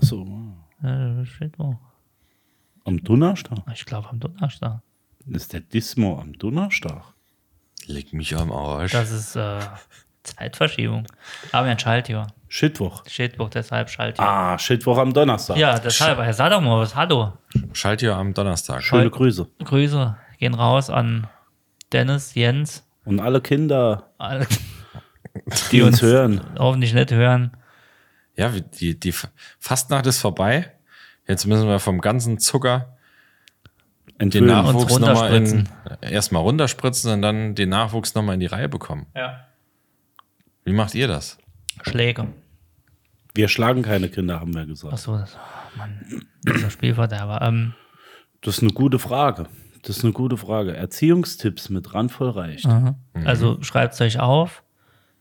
so. Ja, Äh, steht wo. Am Donnerstag? Ich glaube am Donnerstag. Das ist der Dismo am Donnerstag. Leg mich am Arsch. Das ist äh, Zeitverschiebung. Aber ein Schaltjahr. Shitwoch. Schildbuch, deshalb Schaltjahr. Ah, Shitwoch am Donnerstag. Ja, deshalb. Er sag doch mal was. Hallo. Schalt ihr am Donnerstag. Schöne Grüße. Grüße gehen raus an Dennis, Jens, Und alle Kinder, alle, die uns hören. hoffentlich nicht hören. Ja, wie- die, die F- Fastnacht ist vorbei. Jetzt müssen wir vom ganzen Zucker den Entwöhnen. Nachwuchs Uns nochmal in, runterspritzen. erstmal runterspritzen und dann den Nachwuchs nochmal in die Reihe bekommen. Ja. Wie macht ihr das? Schläge. Wir schlagen keine Kinder, haben wir gesagt. Achso, das, oh Mann, dieser Spielverderber. Ähm, Das ist eine gute Frage. Das ist eine gute Frage. Erziehungstipps mit randvoll reicht. Also schreibt es euch auf,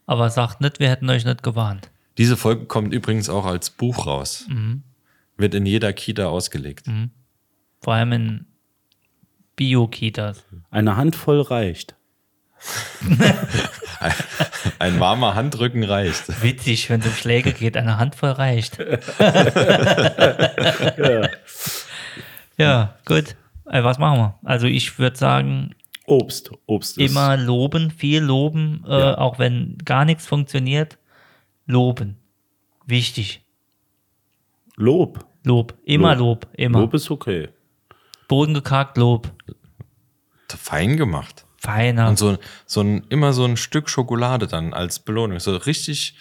aber sagt nicht, wir hätten euch nicht gewarnt. Diese Folge kommt übrigens auch als Buch raus. Wird in jeder Kita ausgelegt. Vor allem in Bio-Kitas. Eine Handvoll reicht. Ein warmer Handrücken reicht. Witzig, wenn es um Schläge geht, eine Handvoll reicht. ja, gut. Äh, was machen wir? Also ich würde sagen, Obst. Obst ist. immer loben, viel loben, äh, Ja. auch wenn gar nichts funktioniert. Loben. Wichtig. Lob. Lob. Immer Lob. Lob. immer. Lob ist okay. Boden gekackt, Lob. Fein gemacht. Feiner. Und so, so ein, immer so ein Stück Schokolade dann als Belohnung. So richtig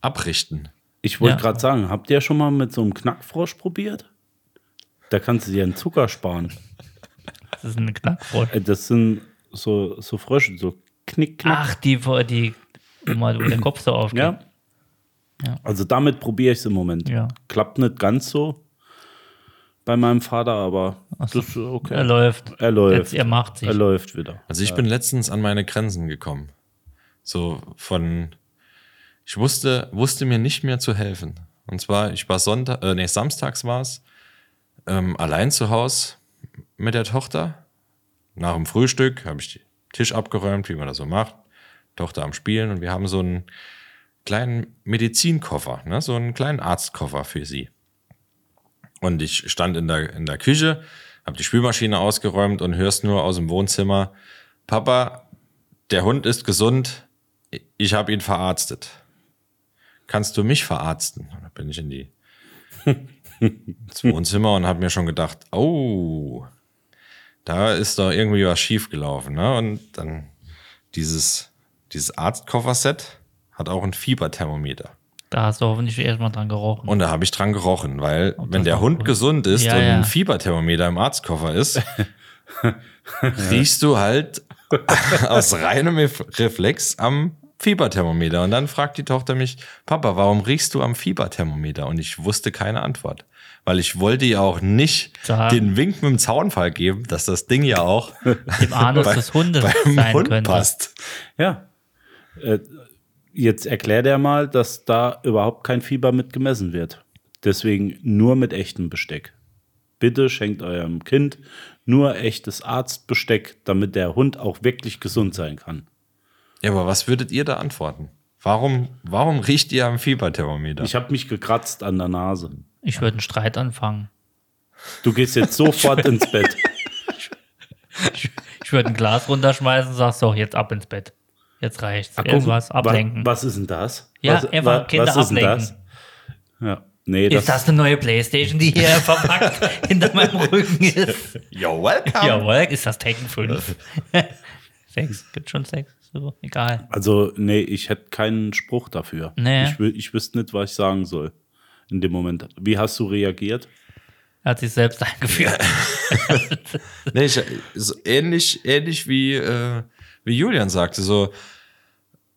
abrichten. Ich wollte Ja. gerade sagen, habt ihr schon mal mit so einem Knackfrosch probiert? Da kannst du dir einen Zucker sparen. Das ist ein Knackbrot. Äh, Das sind so, so Frösche, so knick, knack. Ach, die, wo- die, wo mal wo der Kopf so aufgeht. Ja. Ah, Ja. Also damit probiere ich es im Moment. Ja. Klappt nicht ganz so bei meinem Vater, aber das ist okay. Er läuft. Er läuft. Jetzt, er macht sich. Er läuft wieder. Also ich bin letztens an meine Grenzen gekommen. So von, ich wusste, wusste mir nicht mehr zu helfen. Und zwar, ich war Sonntag, äh, nee, samstags war es, ähm, allein zu Hause mit der Tochter. Nach dem Frühstück habe ich den Tisch abgeräumt, wie man das so macht. Tochter am Spielen und wir haben so einen kleinen Medizinkoffer, ne? so einen kleinen Arztkoffer für sie. Und ich stand in der, in der Küche, habe die Spülmaschine ausgeräumt und hörst nur aus dem Wohnzimmer, Papa, der Hund ist gesund, ich habe ihn verarztet. Kannst du mich verarzten? Und dann bin ich in die ins Wohnzimmer und habe mir schon gedacht, oh, da ist doch irgendwie was schiefgelaufen. Ne? Und dann dieses, dieses Arztkofferset hat auch ein Fieberthermometer. Da hast du hoffentlich erstmal dran gerochen. Mhm. Und da habe ich dran gerochen, weil wenn das der noch Hund gut. gesund ist Ja, und ja. ein Fieberthermometer im Arztkoffer ist, riechst du halt aus reinem Ref- Reflex am Fieberthermometer. Und dann fragt die Tochter mich, Papa, warum riechst du am Fieberthermometer? Und ich wusste keine Antwort. Weil ich wollte ja auch nicht Sagen. den Wink mit dem Zaunfall geben, dass das Ding ja auch Dem Anus bei- des Hundes beim sein Hund könnte. passt. Ja. Äh, jetzt erklär dir mal, dass da überhaupt kein Fieber mit gemessen wird. Deswegen nur mit echtem Besteck. Bitte schenkt eurem Kind nur echtes Arztbesteck, damit der Hund auch wirklich gesund sein kann. Ja, aber was würdet ihr da antworten? Warum, warum riecht ihr am Fieberthermometer? Ich habe mich gekratzt an der Nase. Ich würde einen Streit anfangen. Du gehst jetzt sofort ins Bett. Ich, ich würde ein Glas runterschmeißen und sagst doch, jetzt ab ins Bett. Jetzt reicht's. Ah, guck, Irgendwas ablenken. Was, was ist denn das? Ja, was, einfach wa- Kinder ablenken. Ja, nee, das, ist das eine neue Playstation, die hier verpackt hinter meinem Rücken ist? Yo, welcome! Jawohl, ist das Tekken 5? 6, gibt schon 6, so, egal. also nee, ich hätte keinen Spruch dafür. Nee. Ich, wü- ich wüsste nicht, was ich sagen soll in dem Moment. Wie hast du reagiert? Er hat sich selbst eingeführt. Nee, ich, so ähnlich, ähnlich wie, äh, wie Julian sagte, so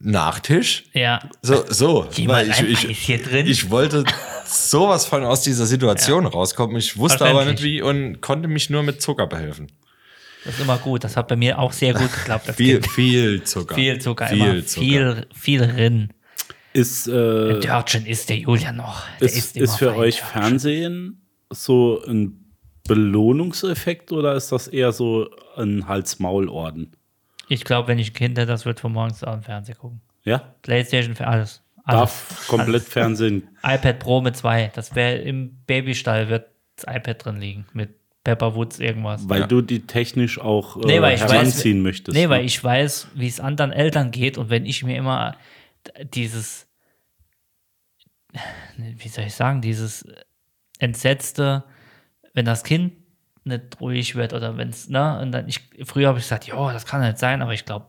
Nachtisch. Ja. So, so. Jemand Weil ich, ein ich, Eis hier drin? ich wollte sowas von aus dieser Situation rauskommen. Ich wusste aber nicht wie und konnte mich nur mit Zucker behelfen. Das ist immer gut. Das hat bei mir auch sehr gut geklappt. Das Viel, Kind. viel Zucker. viel Zucker, Viel immer. Zucker. Viel, viel Rinn. Ist, äh, Dörtchen ist der Julian noch. Der ist, immer ist für fein. euch Fernsehen so ein Belohnungseffekt oder ist das eher so ein Hals-Maul-Orden? Ich glaube, wenn ich ein Kind hätte, das wird von morgens bis abends Fernsehen gucken. Ja? Playstation für alles. Darf komplett Fernsehen. iPad Pro mit zwei. Das wäre im Babystall, wird das iPad drin liegen. Mit Pepperwoods irgendwas. Weil Ja. du die technisch auch äh, Nee, weil ich weiß- heranziehen möchtest. nee, weil ne? ich weiß, wie es anderen Eltern geht und wenn ich mir immer dieses, wie soll ich sagen, dieses entsetzte, wenn das Kind nicht ruhig wird oder wenn es, ne, und dann ich, früher habe ich gesagt, ja, das kann nicht sein, aber ich glaube,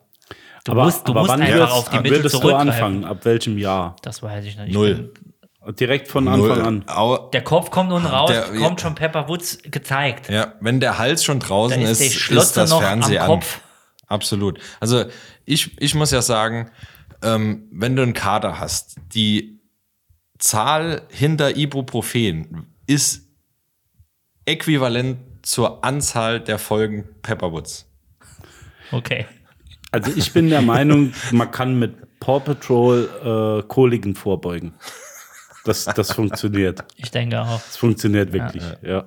du aber, musst, du aber musst wann einfach würdest- auf die Mittel würdest du zurückgreifen. anfangen? Ab welchem Jahr? Das weiß ich nicht. Ich Null. bin- Direkt von Null. Anfang an. Au, Der Kopf kommt nun raus, Ah, Der- kommt schon Pepper Woods gezeigt. ja, wenn der Hals schon Da draußen ist ist, der ist, Schlotze das noch Fernsehen am an. Kopf. Absolut. Also ich, ich muss ja sagen, ähm, wenn du einen Kader hast, die Zahl hinter Ibuprofen ist äquivalent zur Anzahl der Folgen Pepperwoods. Okay. Also ich bin der Meinung, man kann mit Paw Patrol äh, Koliken vorbeugen. Das, das funktioniert. Ich denke auch. Das funktioniert wirklich, ja.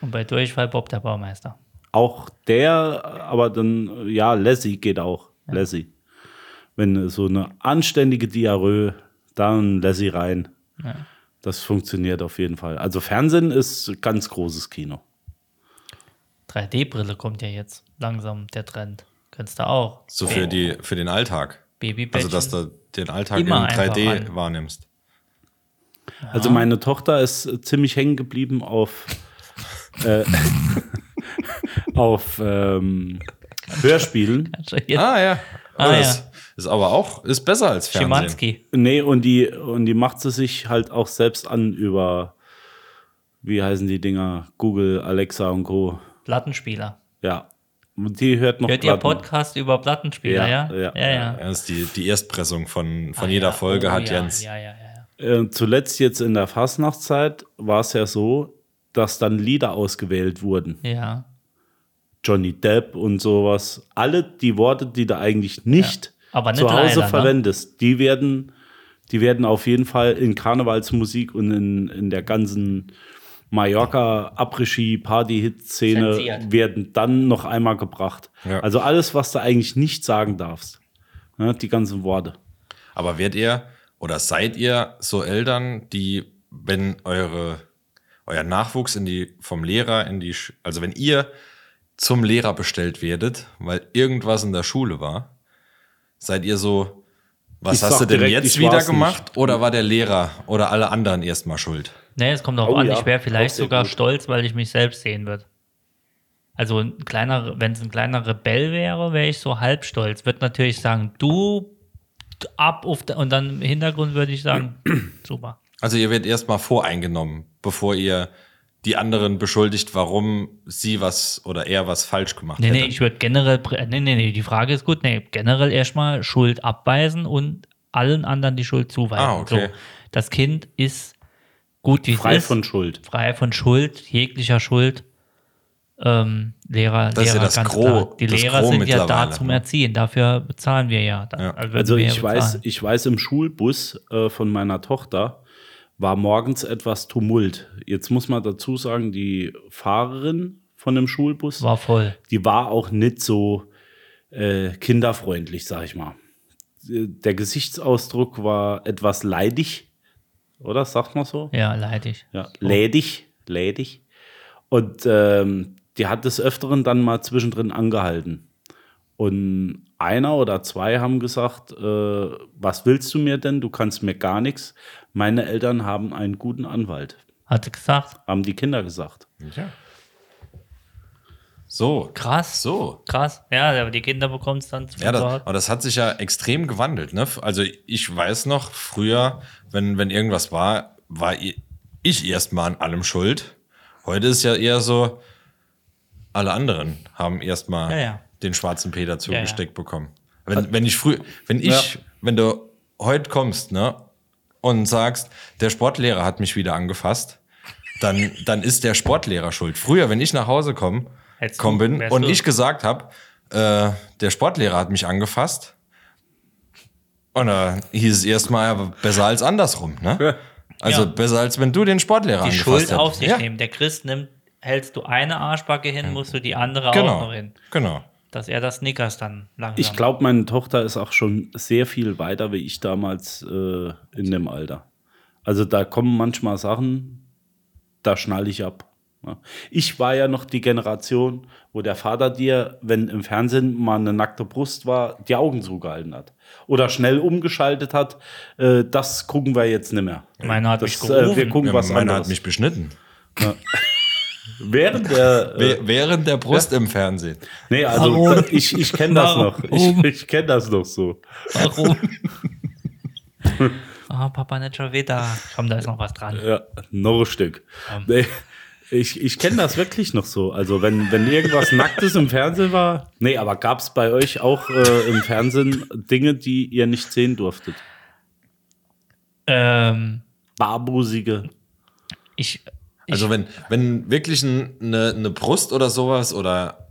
Und bei Durchfall Bob der Baumeister. Auch der, aber dann, ja, Lassie geht auch. Lassie. Wenn so eine anständige Diarrhoe, dann Lassie rein. Das funktioniert auf jeden Fall. Also Fernsehen ist ganz großes Kino. 3D-Brille kommt ja jetzt langsam der Trend. Könntest du auch. Oh. So für, die, für den Alltag. Also Babybettchen. dass du den Alltag Immer in einfach 3D an. wahrnimmst. Also meine Tochter ist äh, ziemlich hängen geblieben auf, äh, auf ähm, Hörspielen. Jetzt Ah ja. Ah, das ja. ist aber auch, ist besser als Fernsehen. Schimanski. Nee, und die, und die macht sie sich halt auch selbst an über, wie heißen die Dinger, Google, Alexa und Co. Plattenspieler. Ja. Und die hört noch Hört ihr Platten. Podcast über Plattenspieler, Ja, ja? ja, ja. Ja, das ist die, die Erstpressung von, von Ah, jeder ja. Folge Oh, hat ja, Jens. Ja, ja, ja. ja. Äh, zuletzt jetzt in der Fastnachtszeit war es ja so, dass dann Lieder ausgewählt wurden. ja. Johnny Depp und sowas. Alle die Worte, die du eigentlich nicht Aber nicht zu Hause leider, ne? verwendest, die werden, die werden auf jeden Fall in Karnevalsmusik und in, in der ganzen Mallorca Abrischi Party Hit Szene Zensiert. werden dann noch einmal gebracht. Ja. Also alles, was du eigentlich nicht sagen darfst, ne, die ganzen Worte. Aber werdet ihr oder seid ihr so Eltern, die, wenn eure, euer Nachwuchs in die, vom Lehrer in die, Sch- also wenn ihr zum Lehrer bestellt werdet, weil irgendwas in der Schule war, seid ihr so, was Ich hast sag du denn direkt, jetzt ich wieder war's gemacht? nicht. Oder war der Lehrer oder alle anderen erstmal schuld? Nee, es kommt darauf Oh, an. ja. Ich wäre Auch vielleicht sehr sogar gut. stolz, weil ich mich selbst sehen würde. Also ein kleiner, wenn es ein kleiner Rebell wäre, wäre ich so halb stolz. Würde natürlich sagen, du ab auf der, und dann im Hintergrund würde ich sagen, super. Also ihr werdet erstmal voreingenommen, bevor ihr die anderen beschuldigt, warum sie was oder er was falsch gemacht Nee, hätte. nee, ich würde generell, prä- nee, nee, nee, die Frage ist gut, nee, generell erstmal Schuld abweisen und allen anderen die Schuld zuweisen. Ah, okay. so, das Kind ist gut, wie es Frei ist, von Schuld. frei von Schuld, jeglicher Schuld. Ähm, Lehrer, Das ist ja Lehrer, das ganz Gros- klar. Die das Lehrer Gros sind ja da mittlerweile, zum ne? Erziehen, dafür bezahlen wir ja. Da, Ja. würden Also wir ich ja weiß, bezahlen. ich weiß, im Schulbus äh, von meiner Tochter war morgens etwas Tumult. Jetzt muss man dazu sagen, die Fahrerin von dem Schulbus war voll. die war auch nicht so äh, kinderfreundlich, sag ich mal. Der Gesichtsausdruck war etwas leidig, oder? Sagt man so? Ja, leidig. Ja, lädig, lädig. Und ähm, die hat des Öfteren dann mal zwischendrin angehalten. Und einer oder zwei haben gesagt, äh, was willst du mir denn? Du kannst mir gar nichts. Meine Eltern haben einen guten Anwalt, Hat sie gesagt. haben die Kinder gesagt. Ja. So. Krass. So. Krass. Ja, aber die Kinder bekommen es dann zu Ja, das, Wort. aber das hat sich ja extrem gewandelt. Ne? Also ich weiß noch, früher, wenn, wenn irgendwas war, war i- ich erstmal an allem schuld. Heute ist ja eher so, alle anderen haben erstmal Ja, ja. den schwarzen Peter zugesteckt bekommen. Also- Wenn, wenn ich früh, wenn ich, Ja. wenn du heute kommst, ne, und sagst, der Sportlehrer hat mich wieder angefasst, dann, dann ist der Sportlehrer schuld. Früher, wenn ich nach Hause komme, Hättest komm du- bin wärst und du- ich gesagt habe, äh, der Sportlehrer hat mich angefasst, und da hieß es erstmal ja, besser als andersrum, ne? Also Ja. besser als wenn du den Sportlehrer die angefasst Schuld hättest. auf sich ja, nehmen. Der Christ nimmt, hältst du eine Arschbacke hin, musst du die andere auch Genau, noch hin. genau. dass er das Snickers dann langsam. Ich glaube, meine Tochter ist auch schon sehr viel weiter wie ich damals äh, in dem Alter. Also da kommen manchmal Sachen, da schnall ich ab. Ja. Ich war ja noch die Generation, wo der Vater dir, wenn im Fernsehen mal eine nackte Brust war, die Augen zugehalten hat. Oder schnell umgeschaltet hat, äh, das gucken wir jetzt nicht mehr. Meiner hat mich Das, gerufen. äh, wir gucken was Meiner anderes. hat mich beschnitten. Während der äh, Wäh- Während der Brust im Fernsehen. Nee, also Warum? ich, ich kenne das noch. Ich, Warum? ich kenne das noch so. Warum? Ah, Papa nicht schon wieder. Komm, da ist noch was dran. Ja, noch ein Stück. Ähm. Nee, ich ich kenne das wirklich noch so. Also wenn, wenn irgendwas Nacktes im Fernsehen war. Nee, aber gab es bei euch auch äh, im Fernsehen Dinge, die ihr nicht sehen durftet? Ähm, Ähm, Barbusige. ich, ich, Also wenn, wenn wirklich ein, eine, eine Brust oder sowas oder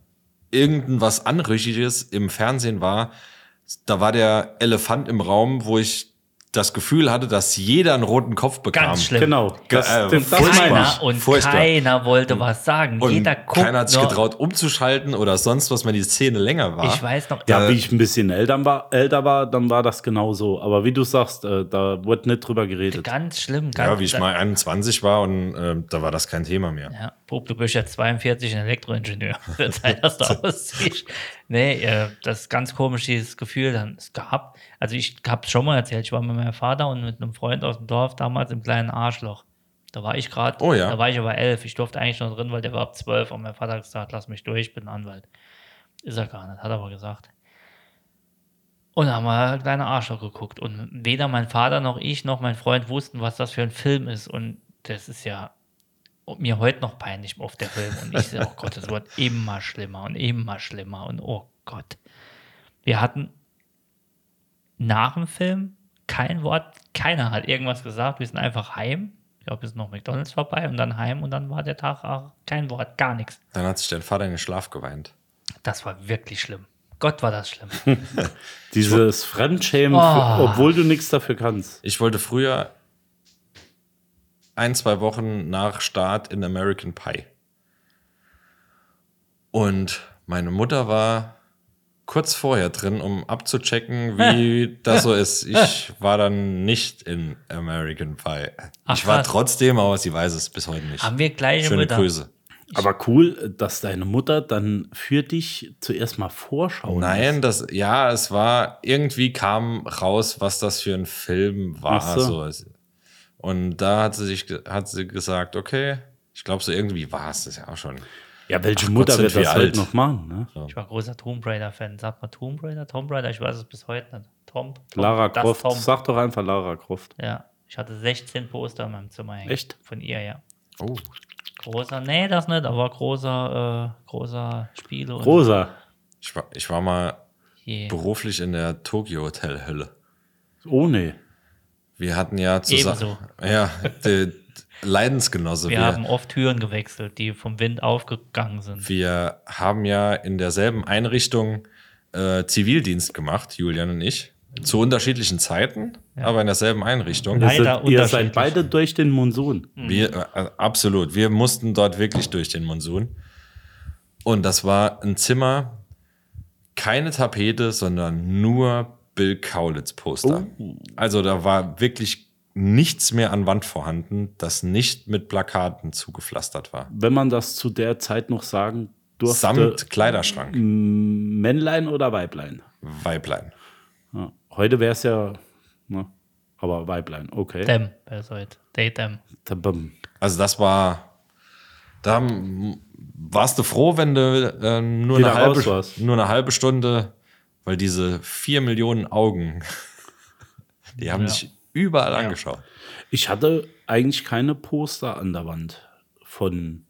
irgendwas Anrüchiges im Fernsehen war, da war der Elefant im Raum, wo ich das Gefühl hatte, dass jeder einen roten Kopf bekam. Ganz schlimm. Genau. Das, Ge- äh, das furchtbar. meine ich. keiner und Furchtbar. keiner wollte was sagen. Und Jeder guckt keiner hat sich nur- getraut, umzuschalten oder sonst was, wenn die Szene länger war. Ich weiß noch, Ja, wie ich ein bisschen älter war, älter war, dann war das genau so. Aber wie du sagst, äh, da wurde nicht drüber geredet. ganz schlimm. Ganz, Ja, wie ich mal 21 war und ähm, da war das kein Thema mehr. Ja, Bub, du bist ja 42 ein Elektroingenieur. Wird Zeit, dass du aussiehst. Nee, äh, das ist ganz komisch, dieses Gefühl dann es gab. Also ich hab's schon mal erzählt, ich war mit meinem Vater und mit einem Freund aus dem Dorf damals im kleinen Arschloch. Da war ich gerade, Oh ja. da war ich aber elf. Ich durfte eigentlich noch drin, weil der war ab zwölf und mein Vater hat gesagt, lass mich durch, ich bin Anwalt. Ist er gar nicht, hat er aber gesagt. Und dann haben wir halt kleine Arschloch geguckt. Und weder mein Vater noch ich noch mein Freund wussten, was das für ein Film ist. Und das ist ja mir heute noch peinlich auf der Film. Und ich sage, oh Gott, das wird immer schlimmer und immer schlimmer. Und oh Gott. Wir hatten nach dem Film kein Wort, keiner hat irgendwas gesagt. Wir sind einfach heim. Ich glaube, wir sind noch Hm. McDonalds vorbei und dann heim. Und dann war der Tag auch kein Wort, gar nichts. Dann hat sich dein Vater in den Schlaf geweint. Das war wirklich schlimm. Gott, war das schlimm. Dieses Fremdschämen, Ah. Oh. obwohl du nichts dafür kannst. Ich wollte früher ein, zwei Wochen nach Start in American Pie. Und meine Mutter war kurz vorher drin, um abzuchecken, wie das so ist. Ich war dann nicht in American Pie. Ach, ich war krass. trotzdem, aber sie weiß es bis heute nicht. Haben wir gleiche Schöne Mütter? Grüße. Aber cool, dass deine Mutter dann für dich zuerst mal vorschauen Nein, das, ja, es war, irgendwie kam raus, was das für ein Film Ach war. so. So. Und da hat sie sich, ge- hat sie gesagt, okay, ich glaube, so irgendwie war es das ja auch schon. Ja, welche Ach Mutter Gott, sind wird das wir heute alt. noch machen? Ne? Ich war großer Tomb Raider-Fan. Sagt man Tomb Raider? Tomb Raider? Ich weiß es bis heute nicht. Tom? Tom Lara das Croft. Tom. Sag doch einfach Lara Croft. Ja. Ich hatte 16 Poster in meinem Zimmer hängen. Echt? Von ihr, ja. Oh. Großer, nee, das nicht, aber großer, äh, großer Spiele. und- Rosa. Ich war, ich war mal Je. beruflich in der Tokyo Hotel Hölle. Oh nee. Wir hatten ja zusammen. Ja, die Leidensgenosse. Wir haben oft Türen gewechselt, die vom Wind aufgegangen sind. wir haben ja in derselben Einrichtung äh, Zivildienst gemacht, Julian und ich. Zu unterschiedlichen Zeiten, aber in derselben Einrichtung. Ihr Leider seid, ihr seid unterschiedlich. beide durch den Monsun. Wir, äh, absolut. Wir mussten dort wirklich durch den Monsun. Und das war ein Zimmer, keine Tapete, sondern nur Bill Kaulitz-Poster. Also da war wirklich nichts mehr an Wand vorhanden, das nicht mit Plakaten zugepflastert war. Wenn man das zu der Zeit noch sagen durfte. Samt Kleiderschrank, Männlein oder Weiblein? Weiblein. Ja. Heute wäre es ja. Ne? Aber Weiblein, okay. Dem, wer ist heute? Date them. Tabam. Also das war, da m- warst du froh, wenn du ähm, nur, eine Wieder raus halbe, warst. nur eine halbe Stunde, weil diese vier Millionen Augen, die haben Ja. dich überall angeschaut. Ich hatte eigentlich keine Poster an der Wand von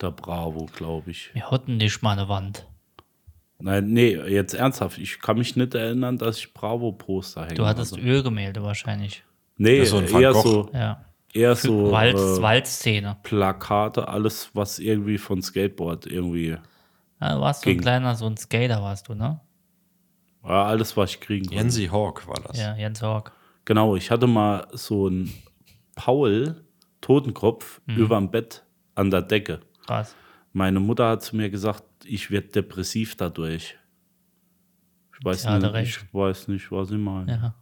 der Bravo, glaube ich. Wir hatten nicht mal eine Wand. Nein, nee, jetzt ernsthaft. Ich kann mich nicht erinnern, dass ich Bravo-Poster hänge. Du hattest Also. Ölgemälde wahrscheinlich. Nee, Ja, so ein Van eher, Gogh. so, Ja. eher so Wald, äh, Waldszene. Plakate, alles, was irgendwie von Skateboard irgendwie. Ja, du warst so ein ging. kleiner, so ein Skater warst du, ne? Ja, alles, was ich kriegen konnte. Jensi Hawk war das. Ja, Jens Hawk. Genau, ich hatte mal so einen Mhm. Paul-Totenkopf überm Bett an der Decke. Krass. Meine Mutter hat zu mir gesagt, ich werde depressiv dadurch. Ich weiß, Ja, hat er nicht, recht. ich weiß nicht, was ich meine. Ja.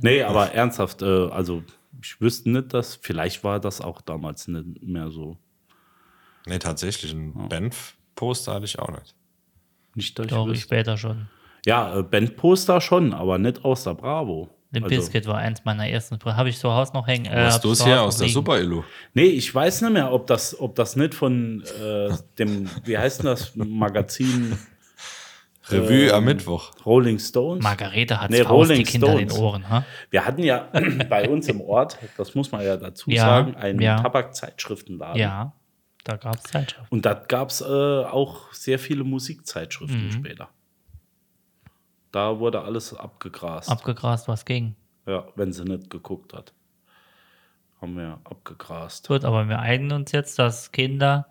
Nee, aber ernsthaft, äh, also ich wüsste nicht, dass, vielleicht war das auch damals nicht mehr so. Nee, tatsächlich, ein Banff-Poster hatte ich auch nicht. Nicht, dass ich Doch, wüsste. später schon. Ja, äh, Bandposter schon, aber nicht aus der Bravo. Also, Limp Bizkit war eins meiner ersten. Habe ich zu Hause noch hängen. Äh, Was hab du ich es zu Hause her noch aus der liegen. Äh, Super-Illu? Nee, ich weiß nicht mehr, ob das, ob das nicht von äh, dem, wie heißt denn das, Magazin Revue am Mittwoch. Rolling Stones. Margarete hat Nee, Faust, die Rolling Kinder in den Stones. Ohren. Ha? Wir hatten ja bei uns im Ort, das muss man ja dazu Ja, sagen, einen ja. Tabakzeitschriftenladen. Ja, da gab es Zeitschriften. Und da gab es äh, auch sehr viele Mhm. Musikzeitschriften später. Da wurde alles abgegrast. Abgegrast, was ging. ja, wenn sie nicht geguckt hat. Haben wir abgegrast. Gut, aber wir eignen uns jetzt, dass Kinder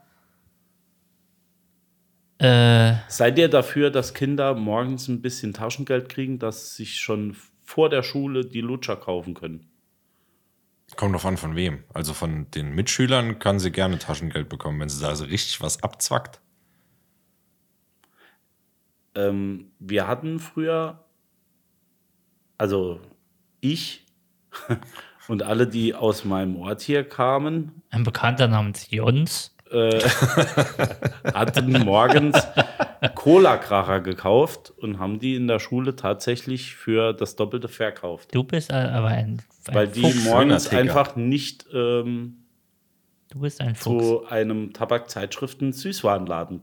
äh, Seid ihr dafür, dass Kinder morgens ein bisschen Taschengeld kriegen, dass sich schon vor der Schule die Lutscher kaufen können? Kommt drauf an, von wem. Also von den Mitschülern kann sie gerne Taschengeld bekommen, wenn sie da so richtig was abzwackt. Ähm, wir hatten früher, also ich und alle, die aus meinem Ort hier kamen, ein Bekannter namens Jons. äh, hatten morgens Cola-Kracher gekauft und haben die in der Schule tatsächlich für das Doppelte verkauft. Du bist a- aber ein, ein Weil die Fuchs. morgens Schöner Ticker. einfach nicht ähm, Du bist ein Fuchs. zu einem Tabakzeitschriften-Süßwarenladen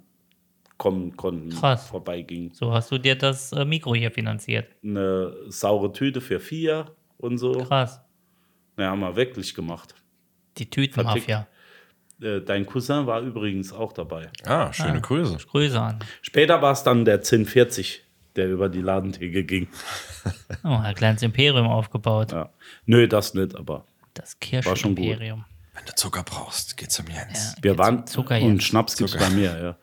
kommen konnten, Krass. vorbeigingen. So hast du dir das äh, Mikro hier finanziert. Eine saure Tüte für vier und so. Krass. Na, haben wir wirklich gemacht. Die Tütenmafia. Äh, Dein Cousin war übrigens auch dabei. Ah, schöne Grüße. Grüße an. Später war es dann der 1040, der über die Ladentheke ging. Oh, ein kleines Imperium aufgebaut. Ja. Nö, das nicht, aber Das War schon gut. Kirschimperium. Wenn du Zucker brauchst, geh zum Jens. wir waren. Zucker und jetzt. Schnaps gibt es bei mir,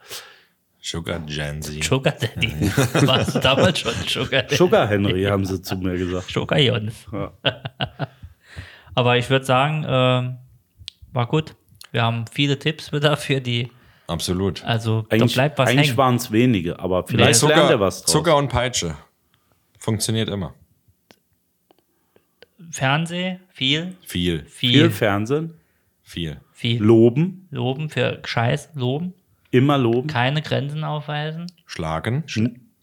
Sugar Jansi. Sugar Daddy. Warst du damals schon Sugar ja. Daddy? Sugar Henry haben sie zu mir gesagt. Sugar Jons. Ja. Aber ich würde sagen, ähm, war gut. Wir haben viele Tipps wieder für die. Absolut. Also Eigentlich, da bleibt was eigentlich hängen. waren es wenige, aber vielleicht lernt er Zucker, was draus. Zucker und Peitsche. Funktioniert immer. Fernseh, viel, Viel, Viel viel, viel. Fernsehen, viel. loben, Loben für Scheiß, Loben. immer loben, Keine Grenzen aufweisen. Schlagen.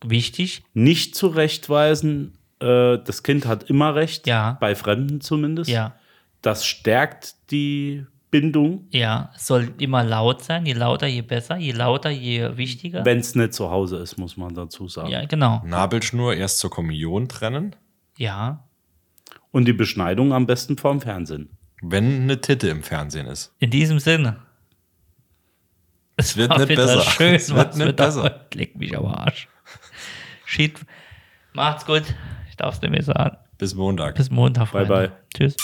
Wichtig. nicht zurechtweisen. Äh, das Kind hat immer recht, Ja. bei Fremden zumindest. Ja, Das stärkt die Bindung, ja. Es soll immer laut sein. Je lauter, je besser. Je lauter, je wichtiger. wenn es nicht zu Hause ist, muss man dazu sagen. ja, genau. Nabelschnur erst zur Kommunion trennen. Ja. Und die Beschneidung am besten vorm Fernsehen. Wenn eine Titte im Fernsehen ist. In diesem Sinne. Es wird war nicht wieder besser. Schön, Es wird was nicht wir da- besser. Leck mich am Arsch. Shit. Macht's gut. Ich darf's nicht mehr sagen. Bis Montag. Bis Montag. Bye, Freunde. bye. Tschüss.